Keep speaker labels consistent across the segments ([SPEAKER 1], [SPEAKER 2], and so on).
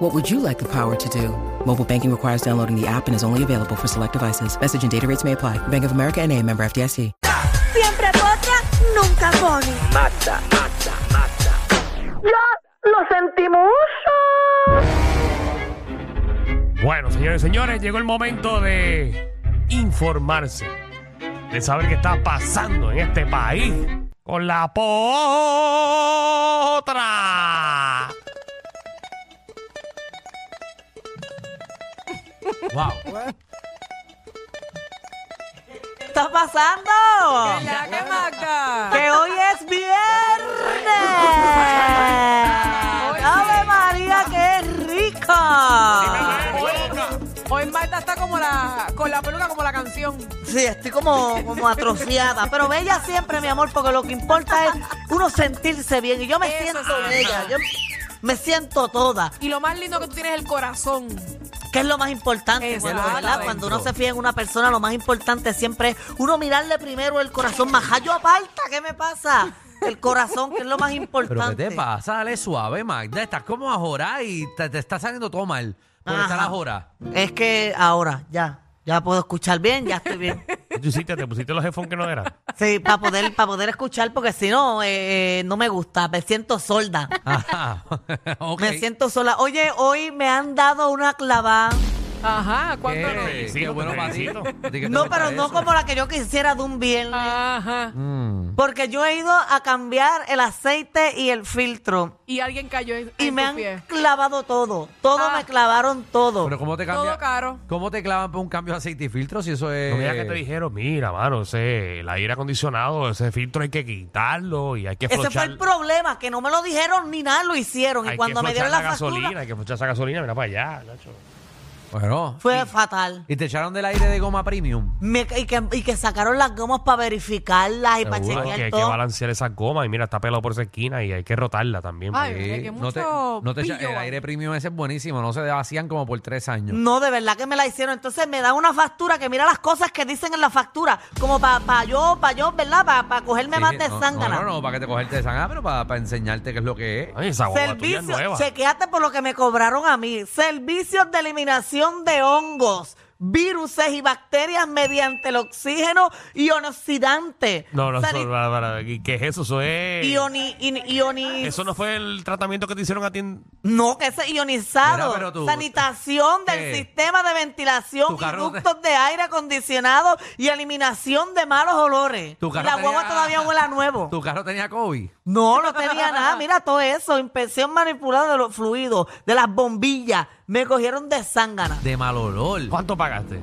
[SPEAKER 1] What would you like the power to do? Mobile banking requires downloading the app and is only available for select devices. Message and data rates may apply. Bank of America and a member FDIC.
[SPEAKER 2] Siempre potra, nunca pone.
[SPEAKER 3] Mata, mata, mata.
[SPEAKER 2] ¡Ya lo sentimos!
[SPEAKER 4] Bueno, señores y señores, llegó el momento de informarse, de saber qué está pasando en este país con la potra. Wow.
[SPEAKER 2] ¿Está pasando? ¡Que hoy es viernes! ¡Ave María, qué rico!
[SPEAKER 5] Hoy Marta está como la, con la peluca como la canción.
[SPEAKER 2] Sí, estoy como, como atrociada, pero bella siempre, mi amor, porque lo que importa es uno sentirse bien. Y yo me
[SPEAKER 5] Eso
[SPEAKER 2] siento
[SPEAKER 5] sí.
[SPEAKER 2] bella, yo me siento toda,
[SPEAKER 5] Y lo más lindo que tú tienes es el corazón.
[SPEAKER 2] que es lo más importante,
[SPEAKER 5] Eso,
[SPEAKER 2] bueno, ¿verdad?
[SPEAKER 5] adentro.
[SPEAKER 2] Cuando uno se fía en una persona, lo más importante siempre es uno mirarle primero el corazón más yo aparta, ¿qué me pasa? El corazón, que es lo más importante.
[SPEAKER 6] ¿Pero qué te pasa? Dale suave, Magda. Estás como a jorar y te, te está saliendo todo mal por
[SPEAKER 2] Ajá.
[SPEAKER 6] estar a jorar.
[SPEAKER 2] Es que ahora, ya, ya puedo escuchar bien, ya estoy bien.
[SPEAKER 4] ¿Qué tú hiciste? ¿Te pusiste los headphones que no eran?
[SPEAKER 2] Sí, para poder, para poder escuchar, porque si no, eh, eh, no me gusta, me siento solda.
[SPEAKER 6] Ajá. Ok.
[SPEAKER 2] Me siento sola. Oye, hoy me han dado una clavada.
[SPEAKER 5] Ajá, ¿cuándo
[SPEAKER 6] Qué,
[SPEAKER 5] no?
[SPEAKER 4] Sí,
[SPEAKER 6] qué
[SPEAKER 4] te
[SPEAKER 6] bueno para ti.
[SPEAKER 4] felicito.
[SPEAKER 6] ¿A ti qué te
[SPEAKER 2] No,
[SPEAKER 6] gusta
[SPEAKER 2] pero no
[SPEAKER 6] eso? Ah.
[SPEAKER 2] como la que yo quisiera de un viernes.
[SPEAKER 5] Ajá.
[SPEAKER 6] Mm.
[SPEAKER 2] Porque yo he ido a cambiar el aceite y el filtro.
[SPEAKER 5] Y alguien cayó en,
[SPEAKER 2] Y
[SPEAKER 5] en
[SPEAKER 2] me
[SPEAKER 5] tus
[SPEAKER 2] han
[SPEAKER 5] pies.
[SPEAKER 2] clavado todo. Todo
[SPEAKER 5] Ah.
[SPEAKER 2] me clavaron todo.
[SPEAKER 6] Pero ¿cómo te
[SPEAKER 5] Todo
[SPEAKER 6] cambia?
[SPEAKER 5] caro.
[SPEAKER 6] ¿Cómo te clavan por un cambio de aceite y filtro si eso es...?
[SPEAKER 4] No mira que te dijeron, mira, mano, ese, el aire acondicionado, ese filtro hay que quitarlo y hay que
[SPEAKER 2] Ese fue
[SPEAKER 4] flochar.
[SPEAKER 2] el problema, que no me lo dijeron ni nada, lo hicieron.
[SPEAKER 4] Hay
[SPEAKER 2] y
[SPEAKER 4] que
[SPEAKER 2] cuando me
[SPEAKER 4] flochar
[SPEAKER 2] dieron la,
[SPEAKER 4] gasolina,
[SPEAKER 2] factura,
[SPEAKER 4] hay que flochar esa gasolina, mira para allá, Nacho.
[SPEAKER 6] Bueno.
[SPEAKER 2] fue fatal.
[SPEAKER 6] Y te echaron del aire de goma premium.
[SPEAKER 2] Me- y, que, y que sacaron las gomas para verificarlas y para
[SPEAKER 6] Seguro.
[SPEAKER 4] Hay que,
[SPEAKER 2] chequear
[SPEAKER 4] hay que
[SPEAKER 2] todo.
[SPEAKER 4] balancear esas gomas y mira, está pelado por esa esquina y hay que rotarla también.
[SPEAKER 5] Ay,
[SPEAKER 4] porque-
[SPEAKER 5] mira, que
[SPEAKER 6] no te,
[SPEAKER 5] mucho
[SPEAKER 6] no te echa-
[SPEAKER 5] pillo,
[SPEAKER 6] el
[SPEAKER 5] vale.
[SPEAKER 6] aire premium ese es buenísimo. No se vacían como por tres años.
[SPEAKER 2] No, de verdad que me la hicieron. Entonces me dan una factura que mira las cosas que dicen en la factura. Como para yo, para yo, ¿verdad? Para cogerme
[SPEAKER 6] Sí,
[SPEAKER 2] más de
[SPEAKER 6] no,
[SPEAKER 2] zángana.
[SPEAKER 6] No, no, no, para que te cogerte de zángana, pero para, para enseñarte qué es lo que es.
[SPEAKER 4] Ay, esa bomba tuya es
[SPEAKER 2] Servicios,
[SPEAKER 4] nueva.
[SPEAKER 2] chequeate por lo que me cobraron a mí. Servicios de eliminación de hongos, viruses y bacterias mediante el oxígeno ionoxidante.
[SPEAKER 4] No, no,
[SPEAKER 2] Sani-
[SPEAKER 4] eso, para, para, ¿y ¿qué es eso? Eso es...
[SPEAKER 2] ioni- in- ioni-
[SPEAKER 4] Eso no fue el tratamiento que te hicieron a ti. en-
[SPEAKER 2] No, que ese ionizado.
[SPEAKER 6] Mira, pero tú-
[SPEAKER 2] sanitación del
[SPEAKER 6] ¿Qué?
[SPEAKER 2] sistema de ventilación,
[SPEAKER 6] Tu carro no te-
[SPEAKER 2] ductos de aire acondicionado y eliminación de malos olores.
[SPEAKER 6] Tu carro
[SPEAKER 2] La
[SPEAKER 6] tenía-
[SPEAKER 2] guagua todavía huele a nuevo.
[SPEAKER 6] Tu carro tenía COVID.
[SPEAKER 2] No, no tenía nada. Mira todo eso. Inspección manipulada de los fluidos, de las bombillas. Me cogieron de zángana.
[SPEAKER 6] De mal olor.
[SPEAKER 4] ¿Cuánto pagaste?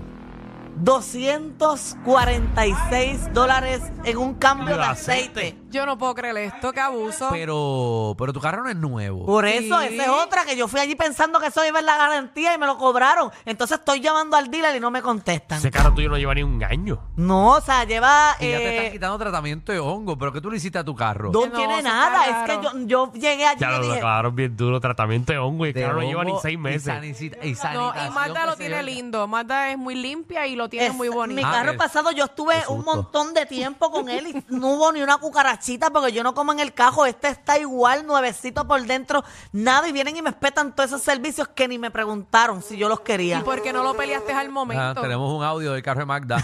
[SPEAKER 2] 246 dólares en un cambio
[SPEAKER 4] El
[SPEAKER 2] de aceite.
[SPEAKER 5] Yo no puedo creer esto, qué abuso.
[SPEAKER 6] Pero, pero tu carro no es nuevo.
[SPEAKER 2] Por eso,
[SPEAKER 5] Sí.
[SPEAKER 2] esa es otra que yo fui allí pensando que eso iba en la garantía y me lo cobraron. Entonces estoy llamando al dealer y no me contestan.
[SPEAKER 4] Ese carro tuyo no lleva ni un año.
[SPEAKER 2] No, o sea, lleva.
[SPEAKER 6] Y ya te
[SPEAKER 2] eh,
[SPEAKER 6] están quitando tratamiento de hongo, pero ¿qué tú le hiciste a tu carro?
[SPEAKER 2] no
[SPEAKER 5] Que no,
[SPEAKER 2] tiene
[SPEAKER 5] eso
[SPEAKER 2] nada.
[SPEAKER 5] está
[SPEAKER 2] Es que
[SPEAKER 5] raro.
[SPEAKER 2] yo, yo llegué allí
[SPEAKER 4] Ya
[SPEAKER 2] y
[SPEAKER 4] lo
[SPEAKER 2] dije,
[SPEAKER 4] declararon bien duro, tratamiento de hongo y el
[SPEAKER 6] De
[SPEAKER 4] carro no lleva ni
[SPEAKER 6] hongo
[SPEAKER 4] seis
[SPEAKER 6] y
[SPEAKER 4] meses.
[SPEAKER 6] sanicita- y
[SPEAKER 5] no, y
[SPEAKER 6] sanitación
[SPEAKER 5] Marta
[SPEAKER 6] que
[SPEAKER 5] lo
[SPEAKER 6] se
[SPEAKER 5] tiene
[SPEAKER 6] ve.
[SPEAKER 5] lindo. Marta es muy limpia y lo tiene
[SPEAKER 2] es-
[SPEAKER 5] muy
[SPEAKER 2] mi
[SPEAKER 5] bonito.
[SPEAKER 6] Ah,
[SPEAKER 2] carro
[SPEAKER 6] qué-
[SPEAKER 2] pasado yo estuve
[SPEAKER 6] qué
[SPEAKER 2] un
[SPEAKER 6] susto.
[SPEAKER 2] montón de tiempo con él y no hubo ni una cucarachita porque yo no como en el cajo. Este está igual, nuevecito por dentro, nada. Y vienen y me espetan todos esos servicios que ni me preguntaron si yo los
[SPEAKER 5] ¿Y
[SPEAKER 2] quería.
[SPEAKER 5] por qué no lo peleaste al
[SPEAKER 6] Ah,
[SPEAKER 5] momento?
[SPEAKER 6] tenemos un audio del carro de Magda.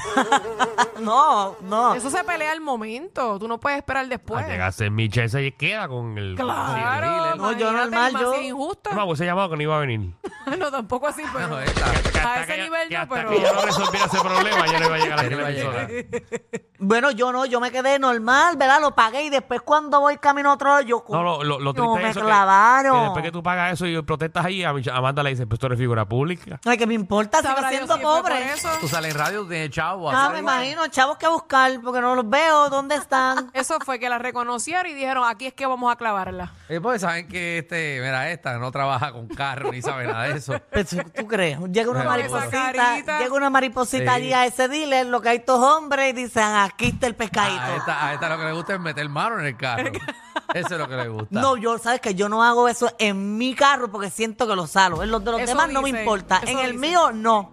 [SPEAKER 2] No, no.
[SPEAKER 5] Eso se pelea al momento. Tú no puedes esperar después.
[SPEAKER 4] Al llegarse en mi chesa y queda con el...
[SPEAKER 5] Claro,
[SPEAKER 2] No, yo
[SPEAKER 5] imagínate,
[SPEAKER 2] normal,
[SPEAKER 5] y más
[SPEAKER 2] yo-
[SPEAKER 5] si es injusto.
[SPEAKER 4] No, pues ese llamado que no iba a venir.
[SPEAKER 5] no, tampoco así, pero...
[SPEAKER 6] No, esta.
[SPEAKER 4] Que hasta
[SPEAKER 5] A ese
[SPEAKER 4] que-
[SPEAKER 5] nivel
[SPEAKER 4] que
[SPEAKER 5] no,
[SPEAKER 4] hasta
[SPEAKER 5] pero-
[SPEAKER 4] que yo no resolviera ese problema, ya no iba a llegar a
[SPEAKER 6] Ya no iba
[SPEAKER 4] la
[SPEAKER 6] a llegar.
[SPEAKER 4] emisora.
[SPEAKER 2] Bueno, yo no, yo me quedé normal, ¿verdad? Lo pagué y después cuando voy camino a otro lado, yo.
[SPEAKER 4] No, lo, lo, lo
[SPEAKER 2] No,
[SPEAKER 4] triste es
[SPEAKER 2] me
[SPEAKER 4] eso que-
[SPEAKER 2] clavaron.
[SPEAKER 4] Que, después que tú pagas eso y protestas ahí, a mi- a Amanda le dice, pues tú eres figura pública.
[SPEAKER 2] Ay, que me importa, sigo
[SPEAKER 5] Sabrá Dios
[SPEAKER 2] siendo
[SPEAKER 5] si fue por
[SPEAKER 2] pobre.
[SPEAKER 5] eso.
[SPEAKER 6] tú sales en radio, tienes chavo.
[SPEAKER 2] Ah,
[SPEAKER 6] haces
[SPEAKER 2] me
[SPEAKER 6] algo.
[SPEAKER 2] imagino, chavos que buscar porque no los veo, ¿dónde están?
[SPEAKER 5] Eso fue que la reconocieron y dijeron, aquí es que vamos a clavarla.
[SPEAKER 6] Eh, pues saben que este, mira, esta no trabaja con carro ni sabe nada de eso.
[SPEAKER 2] Pero, ¿Tú crees? Llega una
[SPEAKER 6] Bueno,
[SPEAKER 5] esa
[SPEAKER 2] mariposita,
[SPEAKER 5] carita.
[SPEAKER 2] llega una mariposita
[SPEAKER 6] Sí.
[SPEAKER 2] allí a ese dealer, lo que hay estos hombres, y dicen, "Ah, aquí está el
[SPEAKER 6] A
[SPEAKER 2] pescadito.
[SPEAKER 6] Ah, esta, a esta lo que le gusta es meter mano en el carro. Eso es lo que le gusta.
[SPEAKER 2] No, yo, sabes que yo no hago eso en mi carro porque siento que lo salo. En los de los
[SPEAKER 5] Eso
[SPEAKER 2] demás no me
[SPEAKER 5] dicen,
[SPEAKER 2] importa.
[SPEAKER 5] eso
[SPEAKER 2] En el
[SPEAKER 5] dicen.
[SPEAKER 2] mío, no.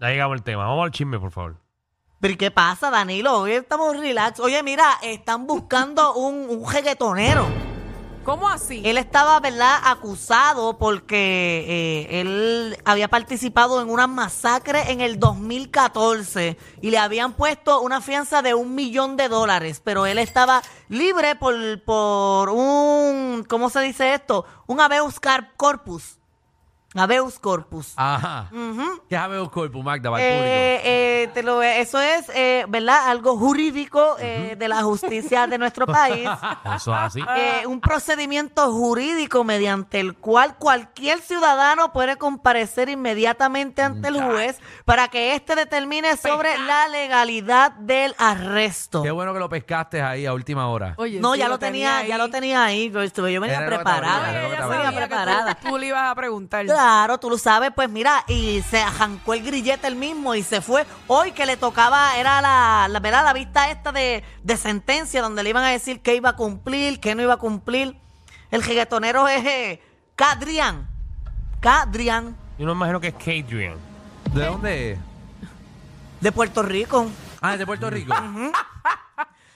[SPEAKER 4] Ya llegamos al tema. Vamos al chisme, por favor.
[SPEAKER 2] ¿Pero ¿y qué pasa, Danilo? Hoy estamos relax. Oye, mira, están buscando un, un reggaetonero.
[SPEAKER 5] ¿Cómo así?
[SPEAKER 2] Él estaba, ¿verdad?, acusado porque eh, él había participado en una masacre en el 2014 y le habían puesto una fianza de un millón de dólares, pero él estaba libre por, por un, ¿cómo se dice esto? Un habeus car- corpus. Habeus corpus.
[SPEAKER 6] Ajá. ¿Qué es habeus corpus, Magda, Ah, para el
[SPEAKER 2] Eh, eh, te lo- eso es, eh, ¿verdad? Algo jurídico eh, de la justicia de nuestro país.
[SPEAKER 4] Eso es así.
[SPEAKER 6] Ah.
[SPEAKER 2] Eh, un procedimiento jurídico mediante el cual cualquier ciudadano puede comparecer inmediatamente ante el juez para que éste determine sobre la legalidad del arresto.
[SPEAKER 6] público? Pues, ah. Qué bueno que lo pescaste ahí a última hora.
[SPEAKER 5] Oye,
[SPEAKER 2] No,
[SPEAKER 5] sí,
[SPEAKER 2] ya lo tenía,
[SPEAKER 5] ahí.
[SPEAKER 2] ya lo tenía ahí. Yo, estuve- yo venía
[SPEAKER 6] Era lo que te
[SPEAKER 2] preparada.
[SPEAKER 6] venía, era lo que te
[SPEAKER 5] Ella
[SPEAKER 2] yo
[SPEAKER 5] sabía
[SPEAKER 2] venía
[SPEAKER 5] que tú-
[SPEAKER 2] preparada.
[SPEAKER 5] Tú, le ibas a preguntar.
[SPEAKER 2] Claro, tú lo sabes, pues mira, y se arrancó el grillete el mismo y se fue. Hoy que le tocaba, era la, la, ¿verdad? la vista esta de, de sentencia, donde le iban a decir qué iba a cumplir, qué no iba a cumplir. El reggaetonero es eh, Cadrián. Cadrián,
[SPEAKER 4] Yo no me imagino que es Kadrian.
[SPEAKER 2] Eh.
[SPEAKER 6] ¿De dónde es?
[SPEAKER 2] de Puerto Rico.
[SPEAKER 6] Ah, es de Puerto Rico.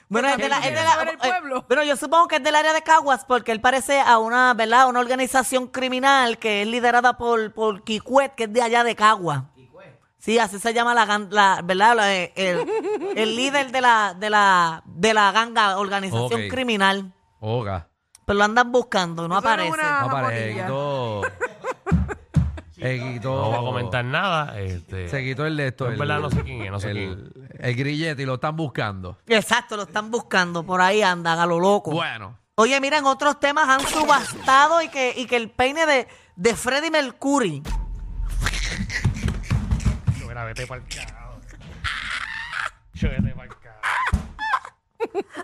[SPEAKER 2] Bueno, es de la, es de la-
[SPEAKER 5] Era el
[SPEAKER 2] eh,
[SPEAKER 5] pueblo.
[SPEAKER 2] bueno, yo supongo que es del área de Caguas, porque él parece a una, ¿verdad? Una organización criminal que es liderada por, por Kikwet, que es de allá de Caguas. Sí, así se llama la, gan- la ¿verdad? La- eh, el, el líder de la, de la, de la ganga, organización
[SPEAKER 6] Ok.
[SPEAKER 2] criminal.
[SPEAKER 6] Oga.
[SPEAKER 2] Pero lo andan buscando, no
[SPEAKER 5] Eso era
[SPEAKER 2] aparece.
[SPEAKER 5] una-
[SPEAKER 6] No
[SPEAKER 5] Ajá,
[SPEAKER 6] parece.
[SPEAKER 5] Bonilla.
[SPEAKER 6] Quitó. Se quitó.
[SPEAKER 4] No voy a comentar nada. Este,
[SPEAKER 6] Se quitó el de esto.
[SPEAKER 4] En
[SPEAKER 6] el-
[SPEAKER 4] verdad no sé quién es, no sé
[SPEAKER 6] el,
[SPEAKER 4] quién
[SPEAKER 6] El grillete y lo están buscando.
[SPEAKER 2] Exacto, lo están buscando, por ahí andan a lo loco.
[SPEAKER 6] Bueno.
[SPEAKER 2] Oye, miren, otros temas han subastado y que, y que el peine de, de Freddie Mercury.
[SPEAKER 4] Yo, mira, vete pa'l carajo. Yo, vete pa'l carajo.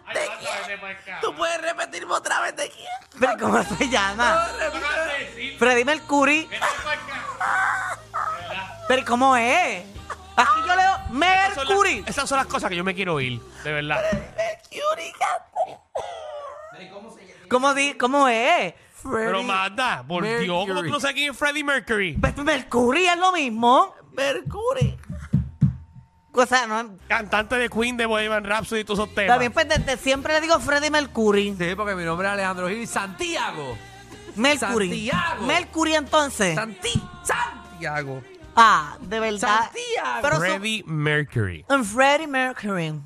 [SPEAKER 4] Ay, basta, vete pa'l carajo.
[SPEAKER 6] ¿Puedes repetirme otra vez de quién?
[SPEAKER 2] Pero, ¿Cómo se llama?
[SPEAKER 4] Acabas de decir,
[SPEAKER 2] Freddie Mercury.
[SPEAKER 4] vete pa'l carajo.
[SPEAKER 2] Pero ¿cómo es? Aquí yo leo
[SPEAKER 4] Esas son las-
[SPEAKER 2] Mercury.
[SPEAKER 4] Esas son las cosas que yo me quiero ir, de verdad.
[SPEAKER 2] ¿Cómo, di- cómo es?
[SPEAKER 4] Pero Magda, por Dios, ¿cómo tú
[SPEAKER 6] Mercury.
[SPEAKER 4] no sabes quién es Freddie Mercury?
[SPEAKER 2] Pues, Mercury es lo mismo. Mercury. O sea, no,
[SPEAKER 4] Cantante de Queen, de Bohemian Rhapsody y todos esos temas.
[SPEAKER 2] también pues, desde siempre le digo Freddie Mercury.
[SPEAKER 6] Sí, porque mi nombre es Alejandro Gil Santiago.
[SPEAKER 2] Mercury.
[SPEAKER 6] Santiago.
[SPEAKER 2] Mercury entonces.
[SPEAKER 6] Santi, Santiago.
[SPEAKER 2] ah, de verdad.
[SPEAKER 6] Santiago.
[SPEAKER 2] Pero su-
[SPEAKER 4] Freddie Mercury.
[SPEAKER 2] en Freddie Mercury.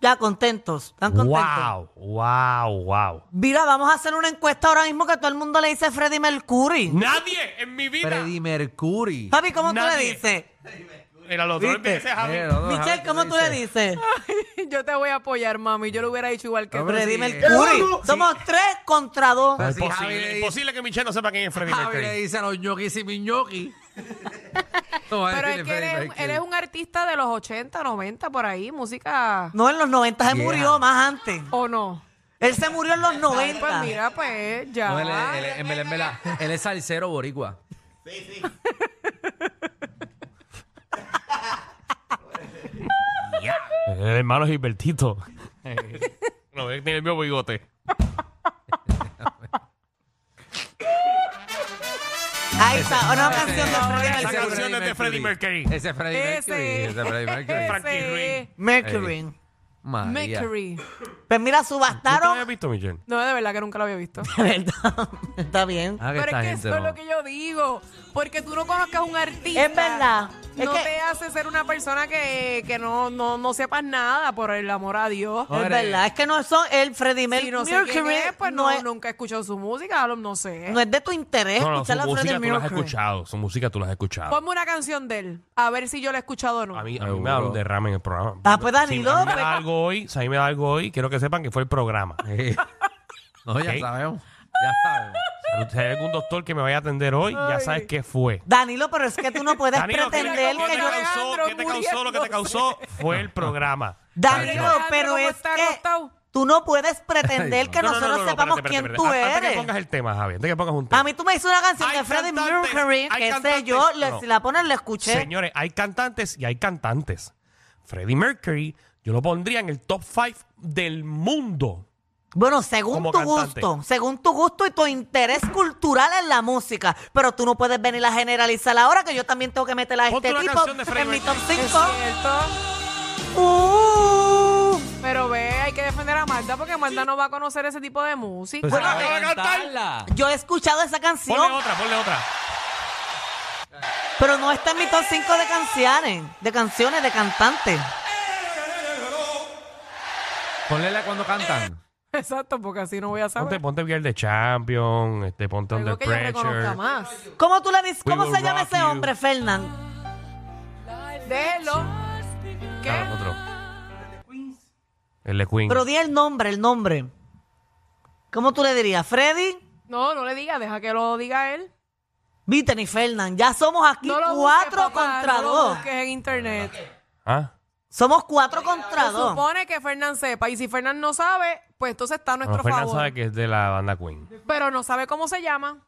[SPEAKER 2] Ya contentos, están contentos.
[SPEAKER 4] Wow, wow, wow.
[SPEAKER 2] Mira, vamos a hacer una encuesta ahora mismo que todo el mundo le dice Freddie Mercury.
[SPEAKER 4] Mm. Nadie en mi vida.
[SPEAKER 6] Freddy Mercury.
[SPEAKER 2] Javi, ¿cómo tú le
[SPEAKER 4] Nadie.
[SPEAKER 2] dices?
[SPEAKER 4] Mira, los otro
[SPEAKER 2] ¿Viste?
[SPEAKER 4] empieza a
[SPEAKER 6] Mira,
[SPEAKER 4] Javi.
[SPEAKER 6] no, no,
[SPEAKER 2] Michelle,
[SPEAKER 6] Javi,
[SPEAKER 2] ¿cómo tú le
[SPEAKER 6] dices?
[SPEAKER 2] dices?
[SPEAKER 5] Yo te voy a apoyar, mami. Yo lo hubiera dicho igual que
[SPEAKER 6] No,
[SPEAKER 5] tú.
[SPEAKER 6] pero
[SPEAKER 2] Freddy
[SPEAKER 6] sí,
[SPEAKER 2] Mercury.
[SPEAKER 6] eh.
[SPEAKER 2] Somos tres contra dos.
[SPEAKER 4] No,
[SPEAKER 6] Pero
[SPEAKER 4] es
[SPEAKER 6] si Javi le
[SPEAKER 4] posible,
[SPEAKER 6] dice-
[SPEAKER 4] imposible que Michelle no sepa quién es Freddie
[SPEAKER 6] Javi le
[SPEAKER 4] Mercury.
[SPEAKER 6] dice a los ñoquis y miñoquis. No va a
[SPEAKER 5] Pero es
[SPEAKER 6] decirle Freddie
[SPEAKER 5] que él es,
[SPEAKER 6] Mercury.
[SPEAKER 5] él es un artista de los 80, 90, por ahí, música...
[SPEAKER 2] No, en los 90 se
[SPEAKER 6] Yeah.
[SPEAKER 2] murió, más antes.
[SPEAKER 5] ¿O no?
[SPEAKER 2] Él se murió en los
[SPEAKER 5] Pues
[SPEAKER 2] 90.
[SPEAKER 5] mira, pues, ya.
[SPEAKER 6] No, él es- él es- en verdad, en verdad, él es salsero boricua.
[SPEAKER 4] El hermano Gilbertito. no, él tiene el mismo bigote.
[SPEAKER 2] Ahí está, una canción de Freddie Mercury.
[SPEAKER 4] Esa canción
[SPEAKER 5] Esa
[SPEAKER 4] es de Freddie Mercury.
[SPEAKER 6] Ese es Freddie Mercury.
[SPEAKER 5] Ese.
[SPEAKER 6] Ese es Freddie Mercury.
[SPEAKER 4] Frankie Ruiz.
[SPEAKER 2] Mercury.
[SPEAKER 6] María.
[SPEAKER 5] Mercury.
[SPEAKER 2] Pues mira,
[SPEAKER 4] ¿Tú te lo habías
[SPEAKER 2] subastaron.
[SPEAKER 4] visto, Michelle?
[SPEAKER 5] No, de verdad que nunca lo había visto.
[SPEAKER 2] De verdad, está bien.
[SPEAKER 6] Ah, que
[SPEAKER 5] Pero
[SPEAKER 6] esta
[SPEAKER 5] es que
[SPEAKER 6] gente
[SPEAKER 5] eso es
[SPEAKER 6] no.
[SPEAKER 5] lo que yo digo. Porque tú no conozcas a un artista.
[SPEAKER 2] Es verdad. Es
[SPEAKER 5] No
[SPEAKER 2] que-
[SPEAKER 5] te hace ser una persona que, que no, no, no sepas nada, por el amor a Dios.
[SPEAKER 6] No,
[SPEAKER 2] Es
[SPEAKER 6] eres-
[SPEAKER 2] verdad, es que no son el Freddie
[SPEAKER 5] Si
[SPEAKER 2] Mercury.
[SPEAKER 5] no sé quién es, pues no,
[SPEAKER 2] no, es,
[SPEAKER 5] nunca he escuchado su música, no- no sé.
[SPEAKER 2] no es de tu interés
[SPEAKER 4] No, no, su
[SPEAKER 2] escuchar a
[SPEAKER 4] música
[SPEAKER 2] Freddie
[SPEAKER 4] tú la has
[SPEAKER 2] Mercury.
[SPEAKER 4] escuchado. Su música tú la has escuchado.
[SPEAKER 5] Ponme una canción de él, a ver si yo la he escuchado o no.
[SPEAKER 4] A mí, a mí me
[SPEAKER 6] Seguro.
[SPEAKER 4] da un derrame en el programa.
[SPEAKER 2] Ah, pues,
[SPEAKER 4] si
[SPEAKER 2] Danilo,
[SPEAKER 4] a mí me
[SPEAKER 2] pues-
[SPEAKER 4] da algo hoy, si a mí me da algo hoy, quiero que sepan que fue el programa.
[SPEAKER 6] Sí. No, ya
[SPEAKER 4] Ok.
[SPEAKER 6] sabemos. Ya sabemos.
[SPEAKER 4] Si hay algún doctor que me vaya a atender hoy, ya sabes qué fue.
[SPEAKER 2] Danilo, pero es que tú no puedes
[SPEAKER 4] Danilo, ¿qué te,
[SPEAKER 2] pretender
[SPEAKER 5] mira
[SPEAKER 4] qué
[SPEAKER 2] que
[SPEAKER 4] te
[SPEAKER 2] yo.
[SPEAKER 5] cómo era.
[SPEAKER 4] causó,
[SPEAKER 5] Alejandro
[SPEAKER 4] qué te causó lo que te causó? Fue el programa.
[SPEAKER 2] Danilo,
[SPEAKER 5] Alejandro,
[SPEAKER 2] pero
[SPEAKER 5] ¿cómo
[SPEAKER 2] es
[SPEAKER 5] está
[SPEAKER 2] que.
[SPEAKER 5] acostado?
[SPEAKER 2] Tú no puedes pretender que nosotros sepamos
[SPEAKER 4] espérate,
[SPEAKER 2] quién
[SPEAKER 4] espérate,
[SPEAKER 2] tú
[SPEAKER 4] espérate. Antes de
[SPEAKER 2] eres.
[SPEAKER 4] que pongas el tema, Javier, antes de que pongas un tema.
[SPEAKER 2] A mí tú me hiciste una canción
[SPEAKER 4] Hay
[SPEAKER 2] de Freddie
[SPEAKER 4] cantantes,
[SPEAKER 2] Mercury,
[SPEAKER 4] hay
[SPEAKER 2] que sé
[SPEAKER 4] cantantes.
[SPEAKER 2] yo, le-
[SPEAKER 4] No.
[SPEAKER 2] si la pones la escuché.
[SPEAKER 4] Señores, hay cantantes y hay cantantes. Freddie Mercury, yo lo pondría en el top 5 del mundo.
[SPEAKER 2] Bueno, según
[SPEAKER 4] Como
[SPEAKER 2] tu
[SPEAKER 4] cantante.
[SPEAKER 2] gusto, según tu gusto y tu interés cultural en la música, pero tú no puedes venir a generalizar ahora que yo también tengo que meter a
[SPEAKER 4] Ponte
[SPEAKER 2] este
[SPEAKER 4] una
[SPEAKER 2] tipo
[SPEAKER 4] canción de Freddie
[SPEAKER 2] en mi top
[SPEAKER 4] Mercury.
[SPEAKER 5] Es
[SPEAKER 2] 5.
[SPEAKER 5] cierto.
[SPEAKER 2] Uh.
[SPEAKER 5] Pero ve, hay que defender a Marta porque Marta no va a conocer ese tipo de música.
[SPEAKER 4] Bueno,
[SPEAKER 6] sabe
[SPEAKER 4] acaba de
[SPEAKER 6] cantarla.
[SPEAKER 2] Yo he escuchado esa canción,
[SPEAKER 4] Ponle otra, ponle otra.
[SPEAKER 2] pero no está en mi top 5 de canciones, de canciones, de cantantes.
[SPEAKER 6] Ponlela cuando cantan.
[SPEAKER 5] Exacto, porque así no voy a
[SPEAKER 4] Ponte,
[SPEAKER 5] saber.
[SPEAKER 4] ponte Girl de Champion, este, ponte Under
[SPEAKER 5] Algo que yo reconozca
[SPEAKER 4] Pressure.
[SPEAKER 5] más.
[SPEAKER 2] ¿Cómo tú le dices,
[SPEAKER 4] We
[SPEAKER 2] cómo
[SPEAKER 4] will
[SPEAKER 2] se llama
[SPEAKER 4] rock
[SPEAKER 2] ese
[SPEAKER 4] you.
[SPEAKER 2] hombre, Fernán?
[SPEAKER 5] Déjelo. ¿Qué?
[SPEAKER 4] Ah, otro. El de Queen.
[SPEAKER 2] Pero di el nombre, el nombre. ¿Cómo tú le dirías? ¿Freddy?
[SPEAKER 5] No, no le diga, deja que lo diga él.
[SPEAKER 2] Viten y Fernán, ya somos aquí
[SPEAKER 5] No lo
[SPEAKER 2] cuatro
[SPEAKER 5] busques, papá,
[SPEAKER 2] contra
[SPEAKER 5] no lo
[SPEAKER 2] dos.
[SPEAKER 5] busques en internet.
[SPEAKER 4] ¿Ah?
[SPEAKER 2] Somos cuatro contra dos.
[SPEAKER 5] Supone que Fernán sepa. Y si Fernán no sabe, pues entonces está a
[SPEAKER 4] No,
[SPEAKER 5] nuestro
[SPEAKER 4] Fernan
[SPEAKER 5] favor.
[SPEAKER 4] sabe que es de la banda Queen.
[SPEAKER 5] Pero no sabe cómo se llama.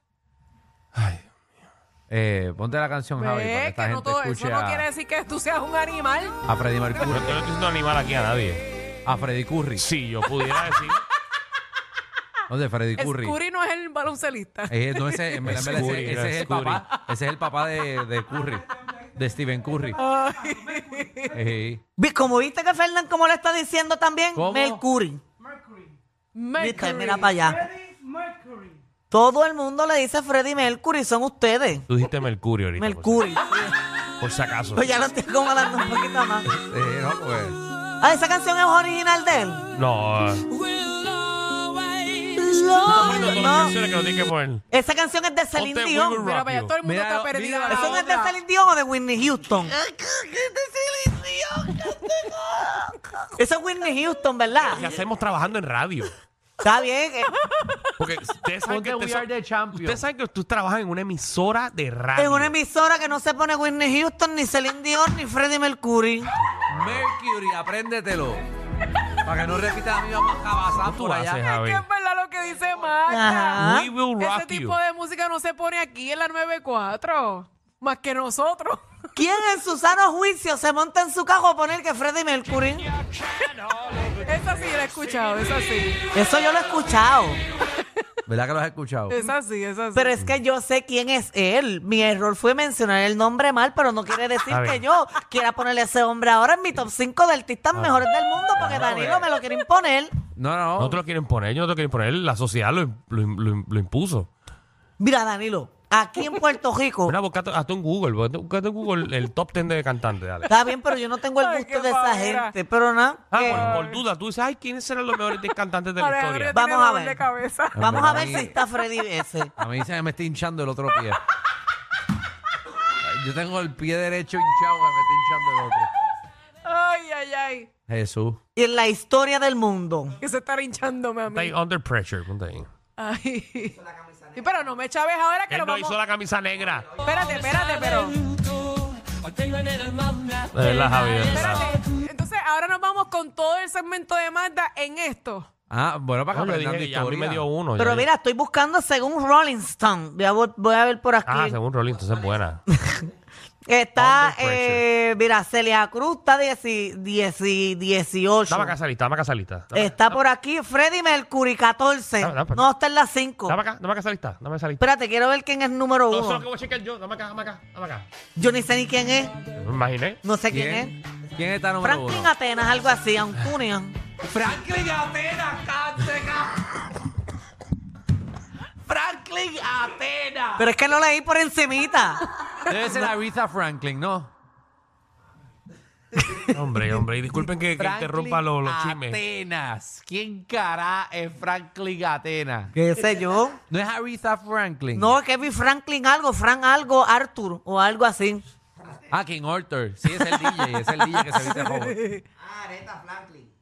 [SPEAKER 6] Eh, ponte la canción, Javi, para que
[SPEAKER 5] Ve
[SPEAKER 6] esta
[SPEAKER 5] que
[SPEAKER 6] gente
[SPEAKER 5] no todo
[SPEAKER 6] escuche
[SPEAKER 5] eso no
[SPEAKER 6] a,
[SPEAKER 5] quiere decir que tú seas un animal.
[SPEAKER 6] a Freddie
[SPEAKER 4] Yo, yo
[SPEAKER 6] Mercury,
[SPEAKER 4] no estoy diciendo animal aquí a nadie.
[SPEAKER 6] a Freddie Curry.
[SPEAKER 4] Si yo pudiera decir.
[SPEAKER 6] ¿Dónde Freddie Curry?
[SPEAKER 5] Curry no es el baloncelista.
[SPEAKER 6] Eh, no, ese, en verdad,
[SPEAKER 4] Es
[SPEAKER 6] en verdad, ese-
[SPEAKER 4] Curry,
[SPEAKER 6] ese
[SPEAKER 4] no
[SPEAKER 6] es
[SPEAKER 4] es
[SPEAKER 6] el
[SPEAKER 4] Curry.
[SPEAKER 6] papá. Ese es el papá de, de Curry, de Steven Curry. Eh,
[SPEAKER 2] Vi- Como viste que Fernán, como le está diciendo también,
[SPEAKER 6] ¿Cómo?
[SPEAKER 2] Mercury. Viste,
[SPEAKER 5] Mercury.
[SPEAKER 2] mira para allá. Todo el mundo le dice Freddy Mercury, son ustedes.
[SPEAKER 4] Tú dijiste Mercurio ahorita. por si-
[SPEAKER 2] Mercury.
[SPEAKER 4] Por si acaso.
[SPEAKER 2] Pues ya lo estoy como dando un poquito más.
[SPEAKER 6] eh, no, pues.
[SPEAKER 2] Ah, esa canción es original de él.
[SPEAKER 4] No. eh, poniendo todas las
[SPEAKER 2] No,
[SPEAKER 4] canciones que no tienen que poner.
[SPEAKER 2] Esa canción es de Celine
[SPEAKER 4] Ponte We Will
[SPEAKER 2] Dion.
[SPEAKER 5] Mira para allá, todo el mundo
[SPEAKER 6] Mira,
[SPEAKER 5] está perdido.
[SPEAKER 6] mira,
[SPEAKER 5] la
[SPEAKER 2] ¿Eso no es de
[SPEAKER 5] otra.
[SPEAKER 2] Celine Dion o de Whitney Houston? Eso es Whitney Houston, ¿verdad?
[SPEAKER 4] ¿Qué hacemos trabajando en radio?
[SPEAKER 2] Está bien. eh,
[SPEAKER 4] Porque ustedes saben que
[SPEAKER 6] Ponte
[SPEAKER 4] ustedes
[SPEAKER 6] We Are
[SPEAKER 4] son-
[SPEAKER 6] The Champions.
[SPEAKER 4] ustedes saben que tú trabajas en una emisora de radio.
[SPEAKER 2] Es una emisora que no se pone Whitney Houston, ni Celine Dion, ni Freddie Mercury.
[SPEAKER 6] Mercury, apréndetelo. Para que no repita la misma cabazada
[SPEAKER 4] Tú
[SPEAKER 6] por
[SPEAKER 4] haces,
[SPEAKER 6] allá.
[SPEAKER 5] Que
[SPEAKER 4] Javi.
[SPEAKER 5] es verdad lo que dice Marta.
[SPEAKER 2] Ajá.
[SPEAKER 4] We will rock
[SPEAKER 5] Ese
[SPEAKER 4] you.
[SPEAKER 5] tipo de música no se pone aquí en la 94. Más que nosotros.
[SPEAKER 2] ¿Quién en su sano juicio se monta en su cajo a poner que Freddie Mercury?
[SPEAKER 5] Esa sí la he escuchado, esa sí.
[SPEAKER 2] Eso yo lo he escuchado.
[SPEAKER 6] ¿Verdad que lo has escuchado?
[SPEAKER 5] Esa sí, esa sí.
[SPEAKER 2] Pero es que yo sé quién es él. Mi error fue mencionar el nombre mal, pero no quiere decir
[SPEAKER 4] Está
[SPEAKER 2] que
[SPEAKER 4] bien.
[SPEAKER 2] yo quiera ponerle a ese hombre ahora en mi top 5 de artistas mejores del mundo, porque Danilo me lo quiere imponer.
[SPEAKER 6] No, no.
[SPEAKER 4] No te lo quieren poner, ellos no te lo quieren poner. La sociedad lo, im- lo im- lo im- lo impuso.
[SPEAKER 2] Mira, Danilo, aquí en Puerto Rico.
[SPEAKER 4] Mira, buscate, hazte en Google, buscate- buscate en Google el top 10 de cantantes, dale.
[SPEAKER 2] Está bien, pero yo no tengo el
[SPEAKER 5] Ay,
[SPEAKER 2] gusto
[SPEAKER 5] qué
[SPEAKER 2] de esa
[SPEAKER 5] pavera.
[SPEAKER 2] gente. Pero nada.
[SPEAKER 4] Ah, por, por duda, tú dices, ay, ¿quiénes serán los mejores cantantes de la
[SPEAKER 5] Alejandro
[SPEAKER 4] historia?
[SPEAKER 5] ya
[SPEAKER 2] Vamos
[SPEAKER 5] tiene
[SPEAKER 2] a
[SPEAKER 5] dolor
[SPEAKER 2] ver.
[SPEAKER 5] de cabeza.
[SPEAKER 2] Vamos a ver
[SPEAKER 6] Ay.
[SPEAKER 2] si está Freddy ese.
[SPEAKER 6] A mí se me está hinchando el otro pie. Yo tengo el pie derecho hinchado que me está hinchando el otro.
[SPEAKER 5] Ay, ay, ay.
[SPEAKER 6] Jesús.
[SPEAKER 2] Y en la historia del mundo.
[SPEAKER 5] Que se está hinchándome a
[SPEAKER 4] Ponte ahí,
[SPEAKER 5] mí.
[SPEAKER 4] under pressure, ponte ahí.
[SPEAKER 5] Ay. Sí, pero no me chaves ahora que
[SPEAKER 4] Él
[SPEAKER 5] lo
[SPEAKER 4] no
[SPEAKER 5] vamos.
[SPEAKER 4] hizo la camisa negra.
[SPEAKER 5] Espérate, espérate, pero.
[SPEAKER 4] De verdad, Javi, de verdad.
[SPEAKER 5] Espérate. Entonces, ahora nos vamos con todo el segmento de Magda en esto.
[SPEAKER 6] Ah, bueno, para que
[SPEAKER 4] No, yo
[SPEAKER 6] aprendan
[SPEAKER 4] dije
[SPEAKER 6] de
[SPEAKER 4] que ya a mí
[SPEAKER 6] historia.
[SPEAKER 4] me dio uno. ya
[SPEAKER 2] Pero
[SPEAKER 4] yo-
[SPEAKER 2] mira, estoy buscando según Rolling Stone. Voy a, vo- voy a ver por aquí.
[SPEAKER 4] Ah, según Rolling, entonces es buena.
[SPEAKER 2] Está,
[SPEAKER 4] Under
[SPEAKER 2] eh, mira, Celia Cruz está 18.
[SPEAKER 4] Dame acá esa lista, dame acá esa lista. Dame,
[SPEAKER 2] Está por aquí Freddy Mercury, 14.
[SPEAKER 4] Dame, dame,
[SPEAKER 2] No, está en la 5.
[SPEAKER 4] dame acá, dame acá esa lista, dame esa lista.
[SPEAKER 2] Espérate, quiero ver quién es número
[SPEAKER 4] No, eso es lo que
[SPEAKER 2] 1.
[SPEAKER 4] voy a chequear yo. Dame acá, dame acá, dame acá.
[SPEAKER 2] Yo ni sé ni quién es.
[SPEAKER 4] Me imaginé.
[SPEAKER 2] No sé quién,
[SPEAKER 6] ¿Quién? ¿Quién está
[SPEAKER 2] es.
[SPEAKER 6] número
[SPEAKER 2] Franklin
[SPEAKER 6] uno?
[SPEAKER 2] Atenas, algo así, Antonio.
[SPEAKER 6] Franklin Atenas, cánteca. Franklin Atenas.
[SPEAKER 2] Pero es que lo leí por encimita.
[SPEAKER 6] Debe ser Aretha Franklin, ¿no?
[SPEAKER 4] Hombre, hombre, y disculpen que, que interrumpa los, los chismes.
[SPEAKER 6] Atenas. ¿Quién cara es Franklin Atenas?
[SPEAKER 2] ¿Qué sé yo?
[SPEAKER 6] ¿No es Aretha Franklin?
[SPEAKER 2] No, que vi Franklin algo, Frank algo, Arthur o algo así.
[SPEAKER 6] Ah, King Arthur. Sí, es el DJ, es el DJ que se viste rojo.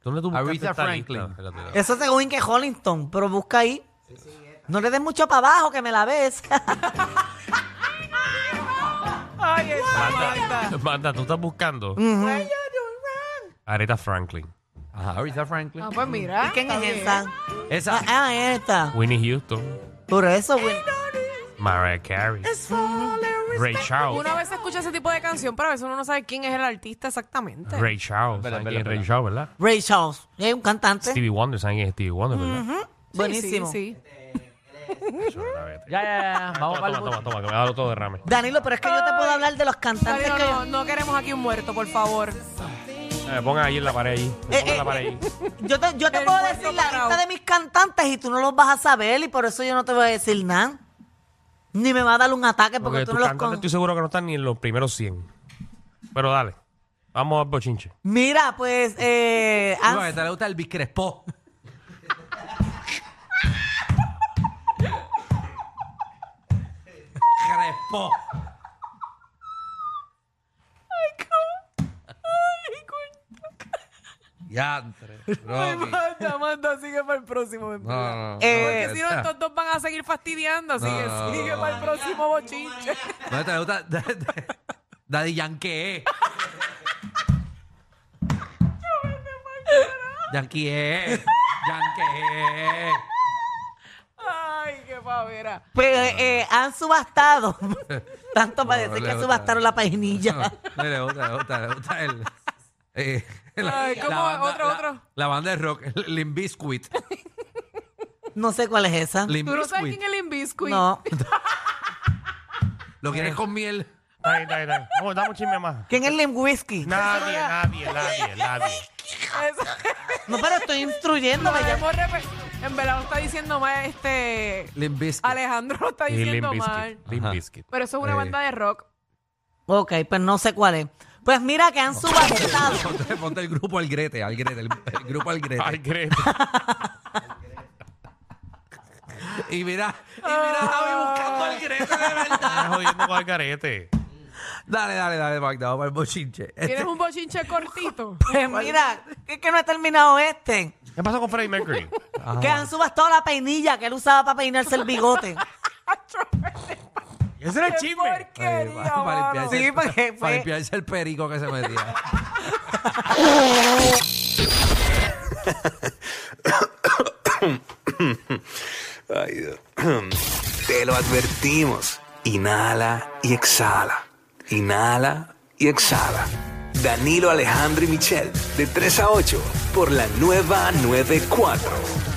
[SPEAKER 4] ¿Dónde tú buscaste
[SPEAKER 6] Aretha
[SPEAKER 4] esta
[SPEAKER 6] Franklin.
[SPEAKER 4] lista? Espérate.
[SPEAKER 2] Eso según Inke Hollington, pero busca ahí. No le des mucho para abajo que me la ves.
[SPEAKER 5] Ah, Ay, esa Magda.
[SPEAKER 2] Mm.
[SPEAKER 4] Manda, tú estás buscando. Aretha Franklin.
[SPEAKER 6] Ajá, Aretha Franklin.
[SPEAKER 5] Ah, pues mira.
[SPEAKER 2] ¿Y quién
[SPEAKER 5] está
[SPEAKER 2] es
[SPEAKER 5] bien.
[SPEAKER 2] esa?
[SPEAKER 6] Esa.
[SPEAKER 2] Ah, ah, esta.
[SPEAKER 4] Winnie Houston,
[SPEAKER 2] Por eso, güey.
[SPEAKER 4] Mariah Carey,
[SPEAKER 2] Este.
[SPEAKER 4] Ray Charles.
[SPEAKER 5] Uno a veces escucha ese tipo de canción, pero a veces uno no sabe quién es el artista exactamente.
[SPEAKER 4] Ray Charles,
[SPEAKER 6] Espera,
[SPEAKER 4] ¿saben
[SPEAKER 6] espera,
[SPEAKER 4] quién es Ray
[SPEAKER 6] espera.
[SPEAKER 4] Charles, verdad?
[SPEAKER 2] Ray Charles. Es un cantante.
[SPEAKER 4] Stevie Wonder, ¿saben quién es Stevie Wonder, verdad?
[SPEAKER 5] Sí,
[SPEAKER 2] Buenísimo.
[SPEAKER 5] Sí,
[SPEAKER 4] Eso, la vete.
[SPEAKER 6] Ya, ya, ya, ya. Vamos
[SPEAKER 4] Toma,
[SPEAKER 6] para el
[SPEAKER 4] toma, toma, toma, que me ha dado todo derrame.
[SPEAKER 2] Danilo, pero es que yo te puedo hablar de los
[SPEAKER 5] sí.
[SPEAKER 2] cantantes
[SPEAKER 5] Danilo,
[SPEAKER 2] que...
[SPEAKER 5] no, no queremos aquí un muerto, por favor.
[SPEAKER 4] Eh, pongan ahí en la pared, ahí.
[SPEAKER 2] Eh,
[SPEAKER 4] Pongan en la
[SPEAKER 2] eh,
[SPEAKER 4] pared, ahí.
[SPEAKER 2] Yo te, yo te
[SPEAKER 5] El
[SPEAKER 2] puedo
[SPEAKER 5] muerto
[SPEAKER 2] decir la
[SPEAKER 5] parado.
[SPEAKER 2] lista de mis cantantes y tú no los vas a saber y por eso yo no te voy a decir nada. Ni me va a dar un ataque porque,
[SPEAKER 4] Porque
[SPEAKER 2] tú
[SPEAKER 4] tus
[SPEAKER 2] no los
[SPEAKER 4] cantantes
[SPEAKER 2] con...
[SPEAKER 4] estoy seguro que no están ni en los primeros 100. Pero dale, vamos al bochinche.
[SPEAKER 2] Mira, pues... Eh,
[SPEAKER 6] No,
[SPEAKER 2] han-
[SPEAKER 6] a esta le gusta el Bicrespó. Crespó. Diantre. Rocky.
[SPEAKER 5] Manda, manda, sigue para el próximo.
[SPEAKER 6] No, no, no.
[SPEAKER 2] Eh,
[SPEAKER 5] Porque si no, estos dos van a seguir fastidiando, así que
[SPEAKER 6] No.
[SPEAKER 5] sigue para el próximo bochinche.
[SPEAKER 6] No, esta le gusta. Daddy Yankee. Yankee. Yankee.
[SPEAKER 5] Ay, qué pavera.
[SPEAKER 2] Pues, eh, eh, han subastado. Tanto para
[SPEAKER 6] No,
[SPEAKER 2] decir
[SPEAKER 6] le
[SPEAKER 2] que
[SPEAKER 6] gusta.
[SPEAKER 2] subastaron la paginilla.
[SPEAKER 6] No, le gusta, le gusta, le gusta el. eh,
[SPEAKER 5] Ay, ¿cómo? Otro,
[SPEAKER 6] la,
[SPEAKER 5] otro.
[SPEAKER 6] La banda de rock, Limbiscuit.
[SPEAKER 2] No sé cuál es esa.
[SPEAKER 5] ¿Tú no sabes quién es el Inbiscuit?
[SPEAKER 2] No.
[SPEAKER 6] Lo quieres con miel.
[SPEAKER 4] Está bien, está bien, está bien. Vamos, dame un chisme más.
[SPEAKER 2] ¿Quién es Lim Whiskey? No.
[SPEAKER 4] Nadie, nadie, nadie, nadie.
[SPEAKER 5] Eso.
[SPEAKER 2] pero estoy instruyéndome. ya.
[SPEAKER 5] Podemos repe- En verdad lo está diciendo mal este.
[SPEAKER 6] Limbiscuit.
[SPEAKER 5] Alejandro lo está
[SPEAKER 4] Y Limp
[SPEAKER 5] diciendo mal.
[SPEAKER 4] Bizkit. Limp
[SPEAKER 6] Ajá.
[SPEAKER 4] Bizkit.
[SPEAKER 5] Pero eso es una
[SPEAKER 6] Eh.
[SPEAKER 5] banda de rock.
[SPEAKER 2] Ok, pues no sé cuál es. Pues mira que han subastado.
[SPEAKER 6] Ponte, ponte el grupo al Grete, al Grete, el, el grupo al Grete.
[SPEAKER 4] Ay, Greta.
[SPEAKER 6] Y mira, y mira a
[SPEAKER 5] Ah.
[SPEAKER 6] Javi buscando al Grete de verdad.
[SPEAKER 4] Estás jodiendo con el carete.
[SPEAKER 6] Dale, dale, dale, Magda, vamos al bochinche. Este-
[SPEAKER 5] ¿Tienes un bochinche cortito?
[SPEAKER 2] Pues mira, es que no he terminado este.
[SPEAKER 4] ¿Qué pasó con Freddie Mercury?
[SPEAKER 6] Ah,
[SPEAKER 2] Que han subastado la peinilla que él usaba para peinarse el bigote.
[SPEAKER 4] Ese era el
[SPEAKER 5] ¡Qué
[SPEAKER 4] chisme.
[SPEAKER 6] Ay,
[SPEAKER 5] porquería,
[SPEAKER 6] para, para
[SPEAKER 5] mano!
[SPEAKER 6] limpiarse
[SPEAKER 2] Sí,
[SPEAKER 6] el-
[SPEAKER 2] porque
[SPEAKER 6] para
[SPEAKER 2] fue-
[SPEAKER 6] limpiarse el perico que se metía.
[SPEAKER 3] Ay, Dios. Te lo advertimos. Inhala y exhala. Inhala y exhala. Danilo Alejandro y Michel, de 3 a 8, por la nueva 94.